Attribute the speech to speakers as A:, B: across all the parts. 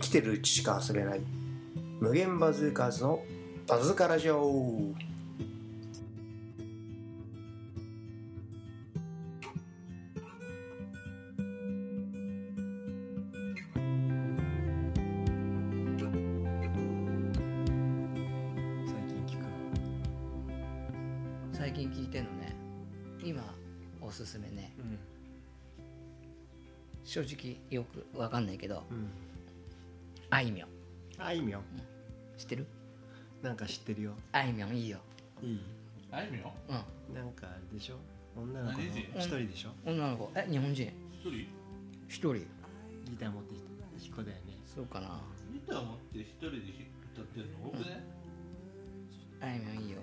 A: きてるうちしか遊べない無限バズーカーズのバズーカラジオ
B: 最近聞く
C: 最近聞いてんのね今おすすめね
B: うん
C: 正直よくわかんないけど
B: うん
C: あいみょん
B: あいみょん
C: 知ってる
B: なんか知ってるよ
C: あいみょんいいよ
B: いい
D: あいみょん
C: うん
B: なんかあれでしょ女の子の
D: 何時
B: 一人でしょ
C: 女の子え日本人
D: 一人
C: 一人
B: ギター持ってきた子だよね
C: そうかな
D: ギター持って一人で歌ってるの多くね
C: あいみょんいいよ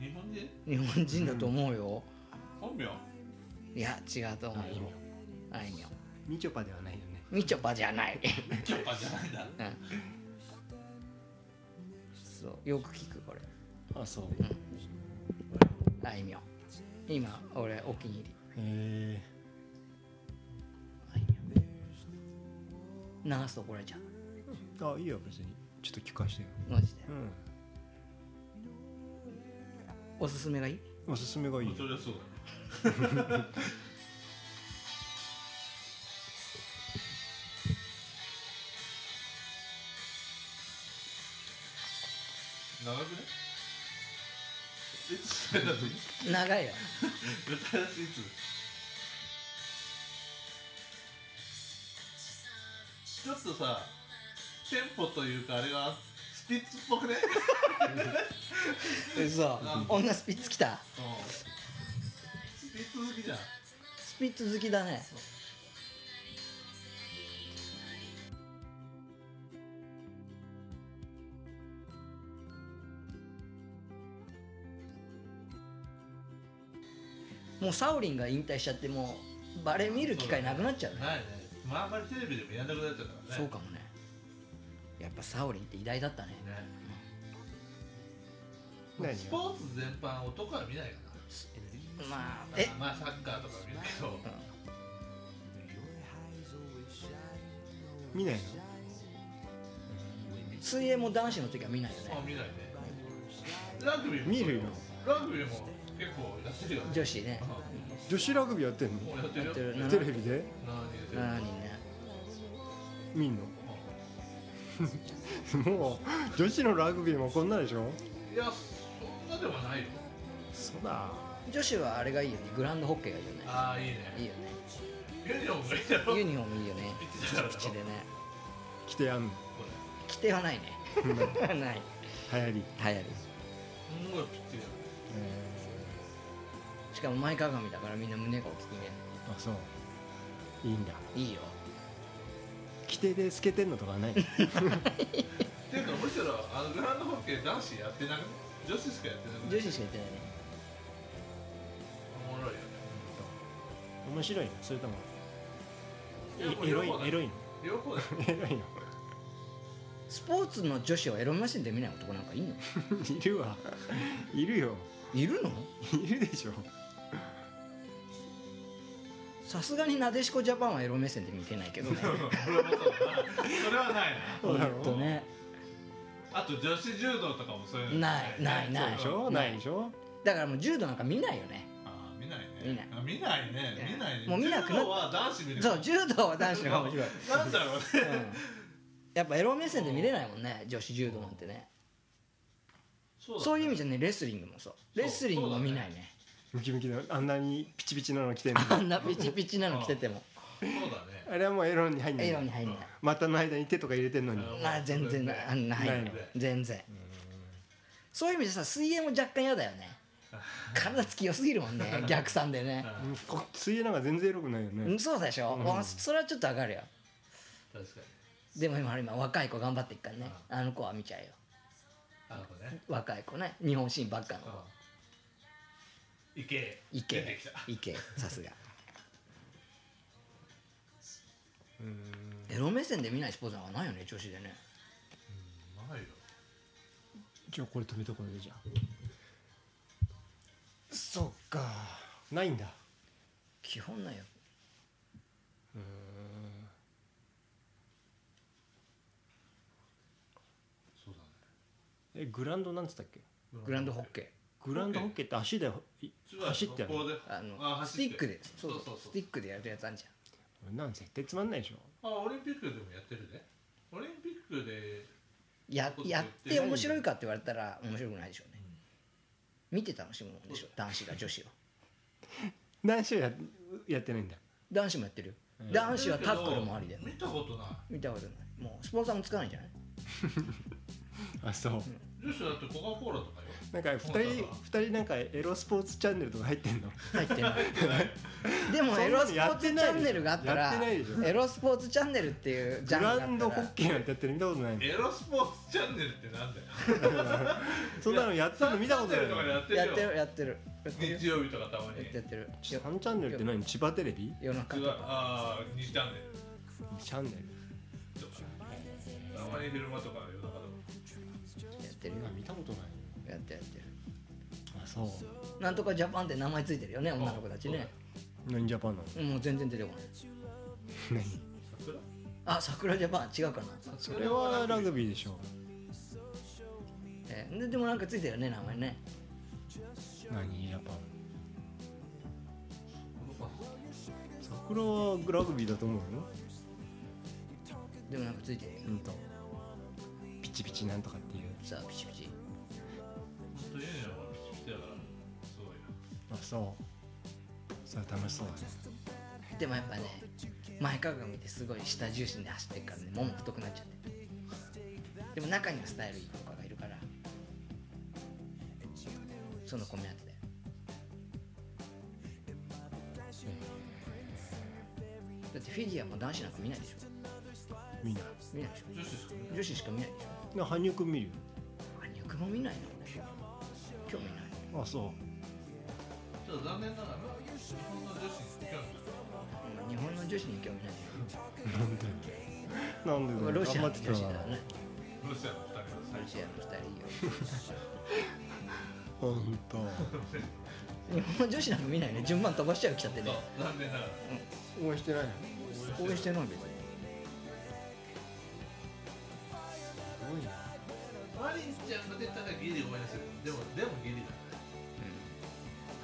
D: 日本人
C: 日本人だと思うよ、
D: 本名
C: いや違うと思うよあいみょん
B: みちょぱではないよね
C: みちょぱじゃない
D: キョパじゃないんだ
C: うんそうよく聞くこれ
B: あそう
C: あいみょん今俺お気に入り
B: へえ
C: あいみょん流すと怒られちゃう
B: あいいよ別にちょっと聞かしてよ
C: マジで
B: う
C: おすすめがいい
B: んおすすめがいい
D: そりゃそうだ 長くねいつしてたのに
C: 長いよ
D: 歌い出しいつちょっとさテンポというかあれがスピッツっぽくね
C: 嘘
D: ん
C: 女スピッツ来た
D: うんスピッツ好きじゃん
C: スピッツ好きだねもうサオリンが引退しちゃってもうバレー見る機会なくなっちゃうね
D: ないねまああんまりテレビでもやんなくなっちゃったからね
C: そうかもねやっぱサオリンって偉大だったね
D: ね
B: 何
D: スポーツ全般男は見ないか
C: まあ
D: な
C: え
D: まあサッカーとか見るけど
B: 見ないの
C: 水泳も男子の時は見ないよ
D: まあ
C: ね
D: 見ないねラグビーも
B: 見るよ
D: ラグビーも結構やってるよね
C: 女子ね
B: 女子ラグビーやってん
D: うん
B: の
D: もうやってる
C: や
D: よ
C: ってるね
B: テレビで
D: 何言ってる
C: 7人ね
B: 見んのもう女子のラグビーもこんなでしょ
D: いやそんなでもないよ
B: そうだ
C: 女子はあれがいいよねグランドホッケーがいいよね
D: ああいい
C: いい
D: ね
C: よね
D: ユニフォームがいいだろ
C: ユニフォームいいよね
D: ピチだからだろ
C: 口でね
B: 来てやんの
C: 着てはないねない
B: 流行り
C: 流行る
D: すごいピッチリだよ
C: しかも前かがみだからみんな胸が大きく見
B: あそういいんだ
C: えるいいよ
B: 規定で透けてんのとかない
D: っていうかむしろあのグランドホッケー男子やってなくね女子しかやってなく
C: 女
D: ね
C: 子しか言ってないね
D: おもろいよね
B: 面白いのそれとも
D: いやもう
B: エロい
D: 両方だ
B: エロいの
D: 両方だよ
B: エロいの
C: スポーツの女子をエロ目線で見ない男なんかいんの
B: いるわいるよ
C: いるの
B: いるでしょ
C: さすがになでしこジャパンはエロ目線で見てないけ どね
D: それはそうだなそれはないな
B: そうだろ
C: とね
D: あと女子柔道とかもそういうの
C: ないないな
B: そう
C: い
B: でしょ
C: な
B: ないいでしょ
C: だからもう柔道なんか見ないよね
D: あー見ないね
C: 見ない
D: あ見ないね見ないね
C: もう見なくなった
D: 柔道は男子見る
C: そう柔道は男子の 方が面白い、
D: なんだろうね
C: うん、やっぱエロ目線で見れないもんね女子柔道なんてね
D: そ
C: そういう意味
D: じ
C: じゃねレスリングもそうレスリングも見ないね
B: ムキムキのあんなにピチピチなの着てんの
C: あんなピチピチなの着てても
D: ゃそうだね
B: あれはもうエロに入んない
C: エロに入んない
B: 股の間に手とか入れてんのに
D: うん
C: あ全然あんな入んな
B: ないい
C: 全然そういう意味でさ水泳も若干嫌だよ ね体つき良すぎるもんね逆算でね
D: あ
B: うんこ水泳なんか全然エロくないよ
C: う
B: ね
C: んそうでしょ、わそれはちょっと上がるよ
D: 確かに
C: でも今今若い子頑張ってっからねあの子は見ちゃうよ
D: あの子ね
C: 若い子ね日本新ばっかの
D: いけ
C: い
D: 出て
C: け
D: きた
C: いけさ すがエロ目線で見ないスポーツなんかないよね女子でね
D: ないよ
B: じゃあこれ止めとこうでじゃあそっかないんだ
C: 基本ないよ
B: えグランドなんつったっけ
C: グランドホッケ
B: グランドホッケーって足でい走ってやる
D: ここで
C: ーあの
D: あ
C: ス
D: 走
C: ティ
D: って
C: ックでそう
D: そう
C: そ
D: そうう
C: ス
D: そう
C: ティックでやるやつあんじゃ
B: 俺なん絶対つまんないでしょ
D: あオリンピックでもやってるねオリンピックで
C: んや
D: そうそう
C: やっ
D: やって
C: て
D: ないんだ
C: 面白いかって言われたら面白くないでしょうね見て楽しむもんでしょ男子が女子を
B: 男子はややってないんだ
C: 男子もやってるよ
B: うん
C: 男子はタックルもありだよ
D: 見たことない
C: 見たことないもうスポンサーもつかないんじゃない
B: あそう、
D: 女子だってコカ・コーラとかよ
B: なんか2
D: そう
B: 人
D: そう
B: 二人なんかエロスポーツチャンネルとか入ってんの
C: 入ってないでも
B: そんなの
C: エロスポーツチャンネルがあった
B: や
C: ら
B: ってないでしょ
C: エロスポーツチャンネルっていうジ
B: グ
C: ャンルがあ
B: ラ
C: っ
B: ン
C: た
B: ド
C: ら
B: ホッケーなんてやってるの見たことないの
D: エロスポーツチャンネルってなんだよ
B: そんなのやってるの見たことない
D: サンチャンネルとかでやって
C: やっ
D: るよ
C: てるやってるやってる
D: 日曜日とかたま
C: や
D: に
C: ってやってるよ
B: 3チャンネルって何千葉テレビ
C: 夜中とか
D: ああ2チャンネ
B: チャンネル
D: ルとかたまに昼間とか夜中とか
C: やってるよ
B: 今見たことない
C: やってるやってる
B: あそう
C: なんとかジャパンって名前ついてるよね女の子たちね
B: 何ジャパンなの
C: もう全然出てこない
B: 何
D: 桜
C: あ桜ジャパン違うかな
B: それはラグビーでしょ
C: えーででもなんかついてるよね名前ね
B: 何ジャパン桜はラグビーだと思うよ
C: でもなんかついてるよ
B: うんとピチピチなんとかっていう
C: さあピチピチ
D: 本当にいいね俺ピチピチだからすごいよ
B: あそうそれは楽しそうだね
C: でもやっぱね前かがみですごい下重心で走ってるからねもも太くなっちゃってでも中にはスタイルいい子がいるからその子目当てだよだってフィギュアも男子なんか見ないでしょ
B: みんな
C: 見ないでしょ
D: 女子しか見
C: 女子しか見ないでしょ
B: な羽生くん見る
C: あニュクも見ないな俺今日見ない
B: あそ
D: ちょっと残念ながら日本の女子に興味が
C: うん日本の女子に興味ないう
B: なんでなんでだ
C: よ
B: よ
C: ロシアの
B: 頑張
C: 女
B: って
C: 子
B: たな
C: だよね
D: ないロ
C: ロ
D: シアの2人の最初
C: シアの二人いいよ
B: ほんと
C: 日本の女子なんか見ないね順番飛ばしちゃう来ちゃってね
D: そう残念ながら
B: 応援してないの
C: 応援してない別に
B: すごいな
D: マリンちゃんが出たらギリ応援するでもでもギリだね
C: うん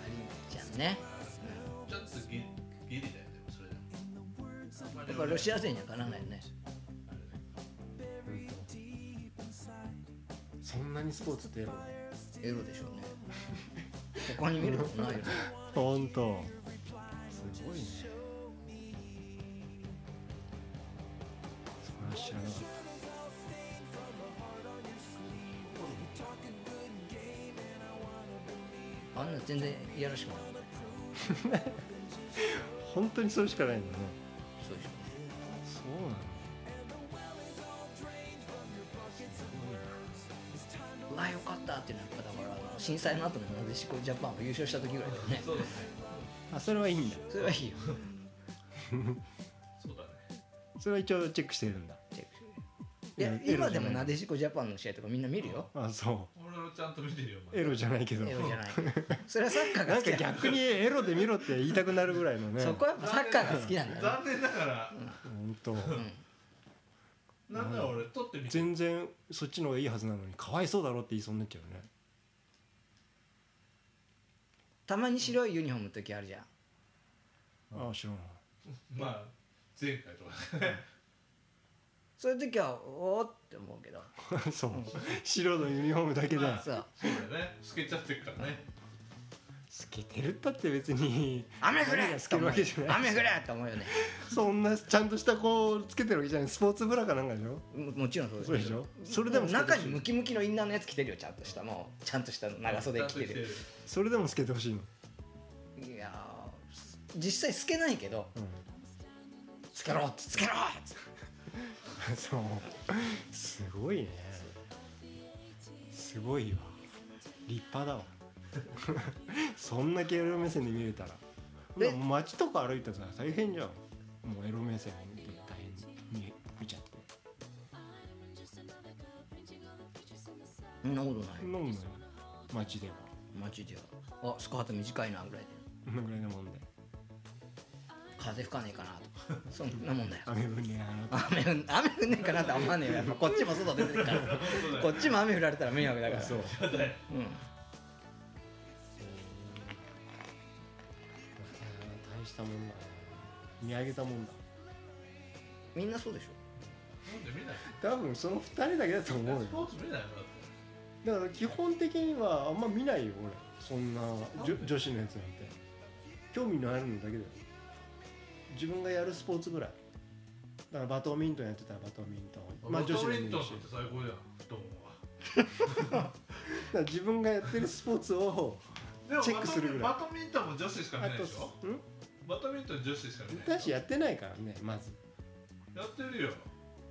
C: マリンちゃんね
D: ちょっとギリギリだよでもそれでも
C: やっぱロシ
D: ア
C: ア勢にはかなわないよね
B: うんとそんなにスポーツってやるの
C: エロでしょうね他に見ることないよね
B: ほんとすごいねそれは知らなかった
C: あんな全然いやらしくない
B: 本当にそれしかないんだね
C: そうでしょ
B: そうなんだすごいな
C: うわよかったっていうのはやっぱだからあの震災の後のなでしこジャパンを優勝した時ぐらいだよね
D: そうだね
B: あそれはいいんだ
C: それはいいよ
D: そうだね
B: それは一応チェックしてるんだ
C: チェックいや
B: エロじゃない
C: 今でもなでしこジャパンの試合とかみんな見るよ
B: あそ
D: 俺はちゃんと見てるよお
B: うエ
D: 前
B: ロじゃないけど
C: エロじゃないそれはサッカーが
B: な
C: 好
B: んか
C: きだ
B: 逆にエロで見ろって言いたくなるぐらいのね
C: そこはやっぱサッカーが好きなんだよね
D: 残念ながら、
B: 本当
D: なんなら俺撮ってみて
B: 全然そっちの方がいいはずなのにかわいそうだろって言いそうになっちゃうよね
C: たまに白いユニフォームの時あるじゃん
B: ああ知らない
D: まあ前回とか
C: そういう時はおおって思うけど
B: そう白のユニフォームだけだ
D: ま
C: そう
D: そうだよね透けちゃってるからね
B: 透けてるったって別に
C: 雨降れ
B: 何が透けるわけじゃない
C: 雨降れと思うよね
B: そんなちゃんとしたこうつけてるわけじゃないスポーツブラかなんかでしょ
C: ももちろんそうです
B: そうでしょそれでも
C: う
B: 透けて
C: 中
B: ほし
C: に
B: い
C: ムキムキのインナーのやつ着てるよちゃんとしたもうちゃんとした長袖着て
D: ちゃんと
C: る
B: それでも透けてほしいの、
C: いやー実際透けないけど
B: うん、
C: 「つけろ!」つけろ!」つって
B: そうすごいねすごいわ立派だわ そんだけエロ目線で見れたら
C: で
B: でも街とか歩いたらさ大変じゃんもうエロ目線で大変見見ちゃって
C: そんなことない
B: 飲むのよ街では
C: マジであスカート短いなぐらいで
B: このぐらいのもんで
C: 風吹かねえかなとかそんなもんだよ
B: 雨降りねあの
C: 雨降ん雨降んねえかなって思わねえよやっぱこっちも外出てるからこっちも雨降られたら迷惑だから
B: そう
C: うんいや
B: 大したもんだね見上げたもんだ
C: みんなそうでしょ
D: なんで見ない
B: 多分その2人だけだと思う
D: スポ
B: よ
D: ーツ見ないのだって
B: だから基本的にはあんま見ないよ俺そんなじょ女子のやつなんて興味のあるのだけだよ自分がやるスポーツぐらいだからバドミントンやってたらバドミントンまあ
D: バ
B: 女子
D: ド
B: でも
D: ミ
B: い
D: ントン
B: い
D: っ
B: して
D: 最高じゃんと思う
B: だ
D: わ
B: から自分がやってるスポーツを
D: でも
B: チェックするぐらい
D: バドミントンも女子しか見
B: あ
D: ない
B: と
D: でしょ
B: うん
D: バドミントン女子しか見ない
B: だしやってないからねまず
D: やってるよ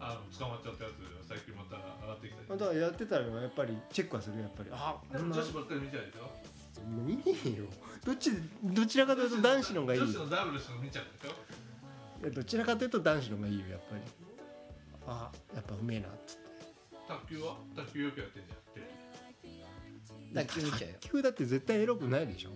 D: あの捕まっちゃったやつ最近また上がってきた
B: だからやってたらやっぱりチェックはするよやっぱりあ
D: でも
B: こんな
D: 女子ばっかり見ちゃうでしょ
B: 見ねえよどっちどちらかというと男子の方がいいよ
D: 女子のダブルスの見ちゃうでし
B: い
D: ょ
B: やどちらかというと男子の方がいいよやっぱりあやっぱうめえなっつって
D: 卓球は卓球よくやってんじゃんテレビ
C: 卓球見ちゃうよ
B: 卓球だって絶対エロくないでしょ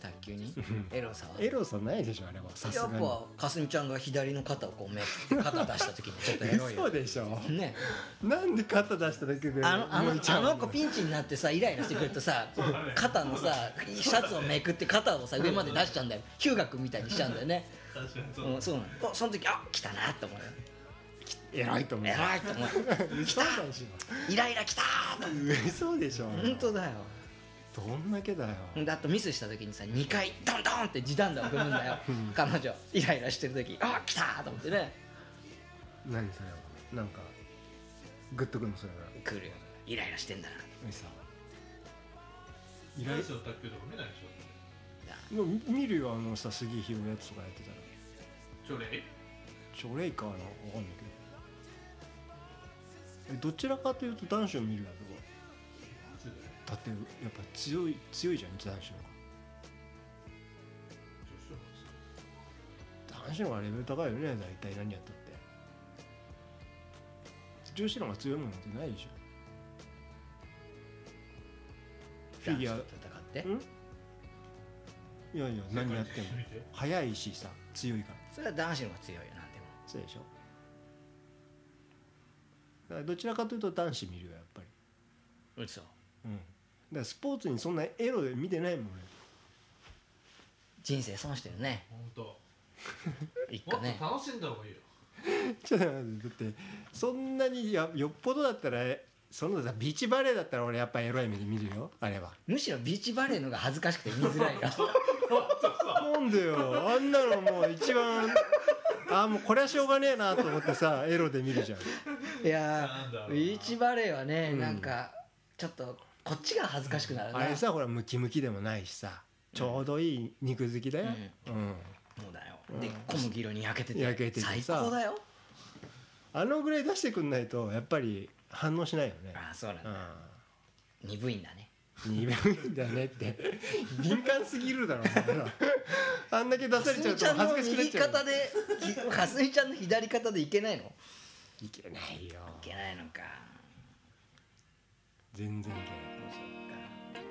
C: 卓球にエロさは
B: エロさないでしょあれはさす
C: や
B: が
C: っ
B: に
C: ぱかすみちゃんが左の肩をこうめくって肩出した時にちょっとエロいよ
B: 嘘でしょ
C: ね
B: なんで肩出しただけで
C: あのあの
B: 無理ちゃ
C: あ
B: う
C: の子ピンチになってさイライラしてくるとさ肩のさシャツをめくって肩をさ上まで出しちゃうんだよヒューガ君みたいにしちゃうんだよね、
D: 確かにそう、
C: うん、そうなのおその時あ来たなって思うよ
B: エロいと思う
C: 偉いと思う
B: 嘘でし
C: イライラ来たーと
B: ょ嘘でしょ
C: 本当だよ
B: どんだけだよ
C: であとミスした時にさ2回ドンドンって地団打を踏むんだよ彼女イライラしてる時あ来たーと思ってね
B: 何それはなんかグッとくんのそれは
C: 来るよイライラしてんだな
B: さ
D: 依頼者の卓球とか見ないでしょ
B: もう見るよあのさ杉拾うやつとかやってたら
D: チョレイ
B: チョレイかなわかんないけどえどちらかというと男子を見るやつが
D: マジで
B: だってやっぱ強い強いじゃん男子の
D: 女子は
B: 方が男子の方がレベル高いよね大体何やったって女子の方が強いもんなんてないでしょフィギュア
C: 男子と戦って
B: んいやいや何やっても
D: 見て
B: 速いしさ強いから
C: それは男子の方が強いよなんでも
B: そうでしょだからどちらかというと男子見るよやっぱり
C: うそ
B: うんだからスポーツにそんなエロで見てないもんね
C: 人生損してるね
D: 本当。も
C: 一
D: っ
C: 家ね
D: と楽しんだ方がいいよ
B: ちょっと待ってだってそんなにやよっぽどだったらそのさビーチバレーだったら俺やっぱエロい目で見るよあれは
C: むしろビーチバレーのが恥ずかしくて見づらいよ
B: なんでよあんなのもう一番 ああもうこれはしょうがねえなと思ってさエロで見るじゃん
C: いや
D: なんだろ
C: ー
D: うな
C: ビーチバレーはね、
B: うん
C: なんかちょっとこっちが恥ずかしくなるな
B: あれさほらムキムキでもないしさちょうどいい肉好きだよ、うん、
C: そうだよで小麦色に焼けてて
B: 焼けててさ
C: 最高だよ
B: あのぐらい出してくんないとやっぱり反応しないよね
C: ああそうなん
B: う
C: だ
B: ん
C: 鈍いんだね
B: 鈍いんだねって敏感すぎるだろお前 らあんだけ出
C: か
B: さ
C: す
B: れ
C: み
B: ちゃう
C: ち
B: と
C: ゃん
B: 恥
C: の
B: ずかしくなっ
C: 右
B: ちゃう
C: 肩でひ かすみちゃんの左肩でいけないのい
B: いけないよ
C: けないのか
B: 全然いけない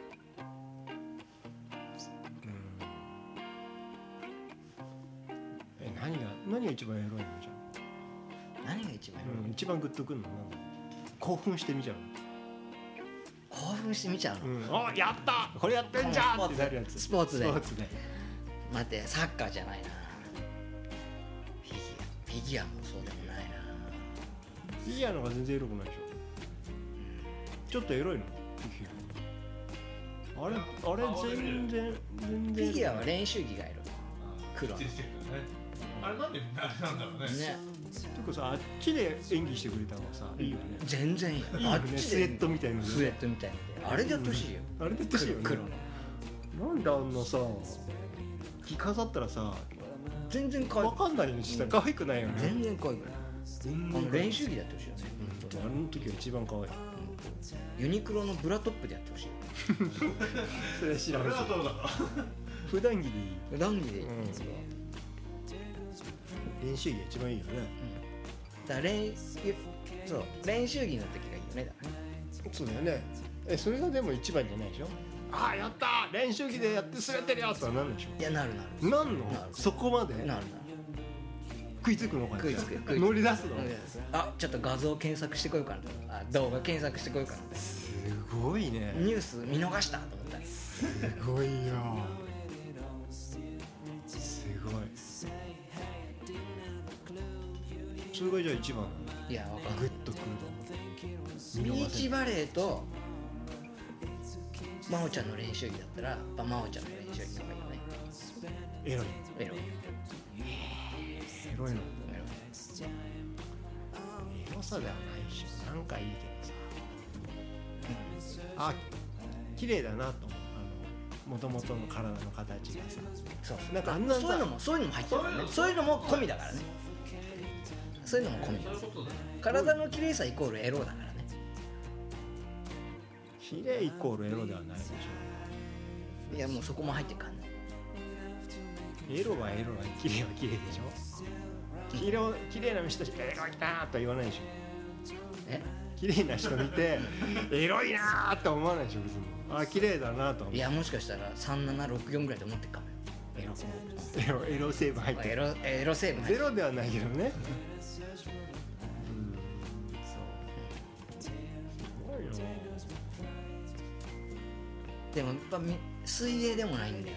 B: え何が何が一番エロいのじゃ
C: 何が一番いい
B: ん、
C: の
B: うん、一番グッとくるのなんだ興奮して見ちゃう
C: 興奮して見ちゃうの、
B: の、うん、おやったこれやってんじゃんってなるやつ
C: スポーツで
B: スポーツで
C: 待ってサッカーじゃないなフィギュアフィギュアもそうでもないな
B: フィギュアの方が全然エロくないでしょちょっとエロいのフィギュアあれあれ全然全
C: フ
B: 然
C: ィギュアは練習着がいる黒
D: 一致してるからねあれなんでみんなあれなんだろうね
C: ね
B: 結構さあっちで演技してくれた方がさいいよね
C: 全然いい
B: いい
C: あ
B: よ
C: っ
B: ね
C: ち
B: スウェット
C: で
B: みたいなの
C: スウェットみたいなのであれでやってほしいよ
B: あれでやってほしいよね
C: 黒の
B: なんであんなさ着飾ったらさ
C: 全然可愛
B: わ
C: く
B: かんないよね実際可愛くないよね
C: 全然可愛くない
B: 全
C: あの練
B: う
C: 習着でやってほしいよね
B: んあの時は一番可愛い
C: ユニクロのブラトップでやってほしいよ
B: それは知
D: そ
B: ら
D: れ
B: んし
D: はどうだろう
B: 普段着でいい
C: 普段着でいい、
B: うん練習着が一番いいよね
C: だから練そう練習着の時がいいよねだからね
B: そうだよねえそれがでも一番じゃないでしょああやったー練習着でやって滑ってるよとはなんでしょ
C: いやなるなる
B: なんの
C: なる
B: そこまで
C: なるなる
B: 食いつくのか
C: 食いつく食いつく
B: 乗り出すの
C: 乗り出すあちょっと画像検索してこようかなとあ動画検索してこようかなって
B: すごいね
C: ニュース見逃したと思ったら
B: すごいよすごいそれがじゃあ一番
C: いやわかんな
B: グ
C: い
B: ッとくると思って見
C: ビー
B: 逃せ
C: チ
B: ない
C: バレーと真央ちゃんの練習着だったらやっぱ真央ちゃんの練習着の方がいいよね
B: エロい
C: エロい
B: エロいの
C: エロい
B: エロさではないしなんかいいけどさあ綺麗だなと思うもともとの体の形がさ
C: そう
B: なんかあんなさ
C: そういうのもそういうのも入ってるからねそういうのも込みだからねそういうのも込み
D: そういうことだよ
C: 体の綺麗さイコールエロだからね
B: 綺麗イコールエロではないでし
C: いやもうそこも入ってかんない
B: ょエロはエロは綺麗は綺麗でしょ綺麗綺麗な人してエロいなーとは言わないでしょ
C: え
B: 綺麗な人見 てエロいなーって思わないでしょ別にあ綺麗だなと思う
C: いやもしかしたら3764ぐらいで思ってっかもよエロ
B: エロエロ成分入って
C: エ
B: る
C: ロエロ成分入
B: ゼ
C: ってる
B: ロではないけど ねうんすごいよ
C: でもやっぱみ水泳でもないんだよ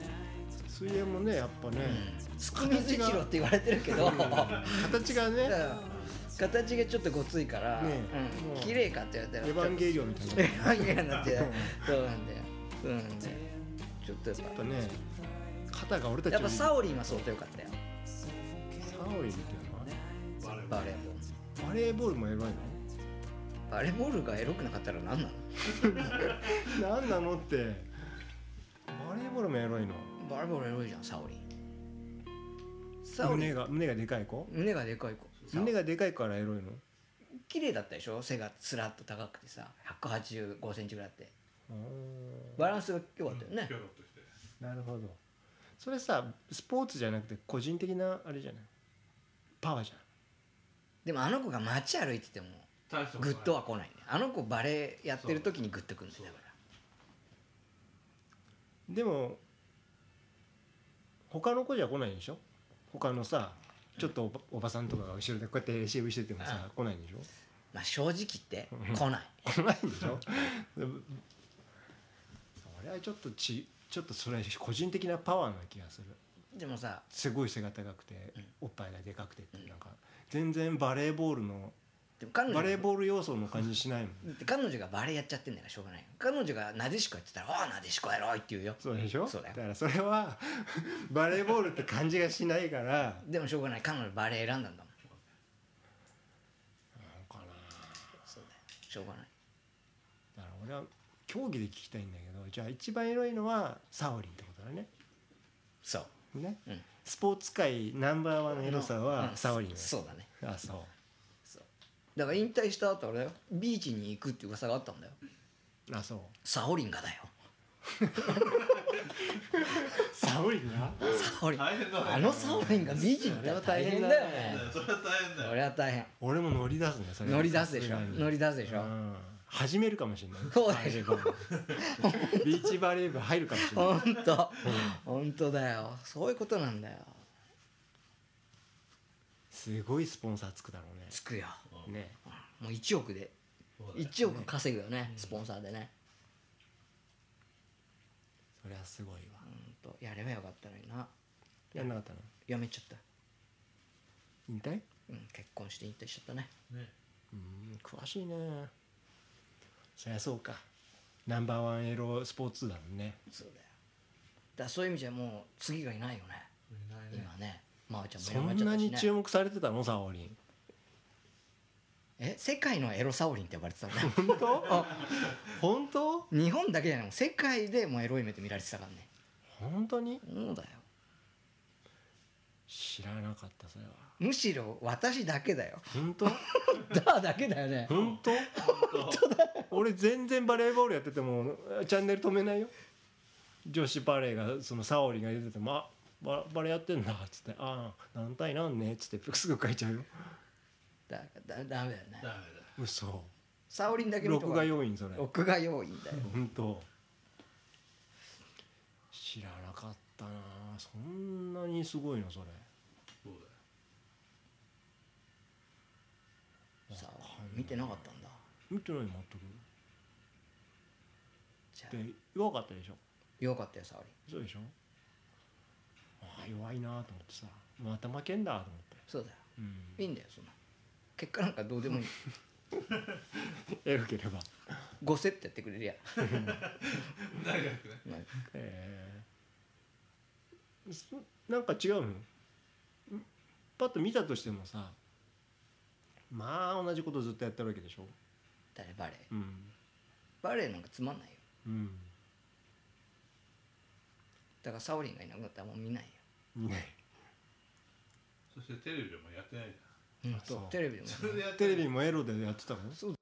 C: な
B: 水泳もねやっぱね、
C: うん、スキミズイチローって言われてるけど
B: 形がね
C: 形がちょっとごついから、
B: ね
C: うん
B: もう
C: 綺麗かって言われた
B: エ
C: ら
B: ヴァンゲリオンみたいな
C: エ
B: や
C: ヴァンゲリオンになってそうなんだよそうなんだよちょっとやっ
B: っぱね肩が俺た
C: ぱ
B: ち
C: やっぱ
B: サ
C: サオリンは相当良かったよ
B: オリみたい
C: バレーボール
B: なバレーボールもエロい
C: バレーボールがエロくなかったら何なの
B: の 何なのってバレーボールもエロいの
C: バレーボールエロいじゃんサオリンサオリ
B: 胸
C: ン
B: が胸がでかい子
C: 胸がでかい子サオリ
B: 胸
C: ン
B: がでかいからエロいの
C: 綺麗だったでしょ背がスラッと高くてさ1 8 5ンチぐらいあって
B: あー
C: バランスが良かったよね、
D: 今日のとして
B: なるほどそれさスポーツじゃなくて個人的なあれじゃないパワーじ
C: でもあの子が街歩いてても
D: 大したこと
C: グ
D: ない
C: ッとは来ないねあの子バレーやってる時にグッとくるんだよだから
B: ゃんでも他の子じゃ来ないでしょ他のさちょっとおばおばさんとかが後ろでこうやってレシーブしててもさ来ないんでしょ
C: まあ正直言 って来ない
B: 来ないんでしょそれはちょっとちちょっとそれ個人的なパワーな気がする
C: でもさ
B: すごい背が高くて、おっぱいがでかくてってなんか全然バレーボールの
C: でも彼女
B: バレー
C: だ
B: ボール要素の感じしないもん
C: って彼女がバレーやっちゃってんだからしょうがない彼女がなでしこやってたら「おうなでしこやろ!」って言うよ
B: そうでしょ
C: そうだよ
B: からそれは バレーボールって感じがしないからなの
C: でもしょうがない彼女バレー選んだんだもん
B: か
C: そうだよしょうがない
B: なだから俺は競技で聞きたいんだけどじゃあ一番エロいのはサオリンってことだね
C: そう
B: ね、
C: うん
B: スポーツ界ナンバーワンのエロさ
C: う
B: は
C: ん
B: サオリン、
C: そうだね
B: あそう
C: そうだから引退した後あれだよビーチに行くって噂があったんだよ
B: あそう
C: サオリンがだよ
B: サオリンが
C: サオリン
D: 大変だね
C: あのサオリンがビーチに行ったら大変だよ
D: だ
C: ね
D: よそれは大変
C: そ
D: だよ
C: れは大変
B: 俺も乗り出すねそれ
C: 乗り出すでし
B: さ
C: ょ
B: がに
C: 乗り出すでしょ
B: うん始めるかもしれない
C: そうでしょ
B: ビーチバレー部入るかもしれない
C: 本当本当だよそういうことなんだよ
B: すごいスポンサーつくだろ
C: つくよ
B: うねね
C: もう1億で
D: そうだよ
C: 1億稼ぐよねスポンサーでね
B: それはすごいわ
C: ほんとやればよかったのにな
B: やんなかったの
C: やめちゃった
B: 引退
C: うん結婚して引退しちゃったね
D: ね
B: うん詳しいねそりゃそうかナンバーワンエロスポーツだもんね
C: そうだよだからそういう意味じゃもう次がいないよね
D: いないね
C: 今ねまーちゃんも
B: そ
C: い
B: ん
C: くな
B: な
C: っちゃ
B: に
C: ったし
B: 注
C: ね
B: 目されてたのサオリン
C: え世界のエロサオリンって呼ばれてたんだよ
B: 本当本当
C: 日本だけじゃないもう世界でもうエロい目で見られてたからね
B: 本当に
C: そうだよ
B: 知らなかったそれは
C: むしろ私だけだよ
B: 本当
C: だだけだよね
B: 本当俺全然バレーボールやっててもチャンネル止めないよ女子バレーがその沙織が出てても「あババレーやってんだ」っつって「ああ何対何ね」っつってすぐ書いちゃうよ
C: だだだめだよね
D: ダメだ
B: 嘘
C: サオリンだけ見と
B: 録
C: か
B: 画要因それ
C: 録画要因だよ
B: 本当知らなかったなそんなにすごいのそれ
D: そう
C: さあ見てなかったんだ
B: 見てない全く
C: じゃ
B: で弱かったでしょ
C: あよかったよ沙織
B: そうでしょああ弱いなと思ってさまた負けんだと思って
C: そうだよ
B: うん
C: いいんだよそんな結果なんかどうでもいい
B: えければ
C: 5セットやってくれりゃ、
D: だよ大学ね
C: まあ
B: えーそなんか違うのんパッと見たとしてもさまあ同じことずっとやってるわけでしょ
C: 誰バレー
B: うん
C: バレーなんかつまんないよ
B: うん
C: だからサオリンがいなくなったらもう見ないよ
B: ね
D: そしてテレビでもやってないじゃん
C: 本
B: そう
C: 当テレビでも
D: それでやって
B: テ
D: な
B: レ
D: い
B: ビもエロでやってたの
C: そう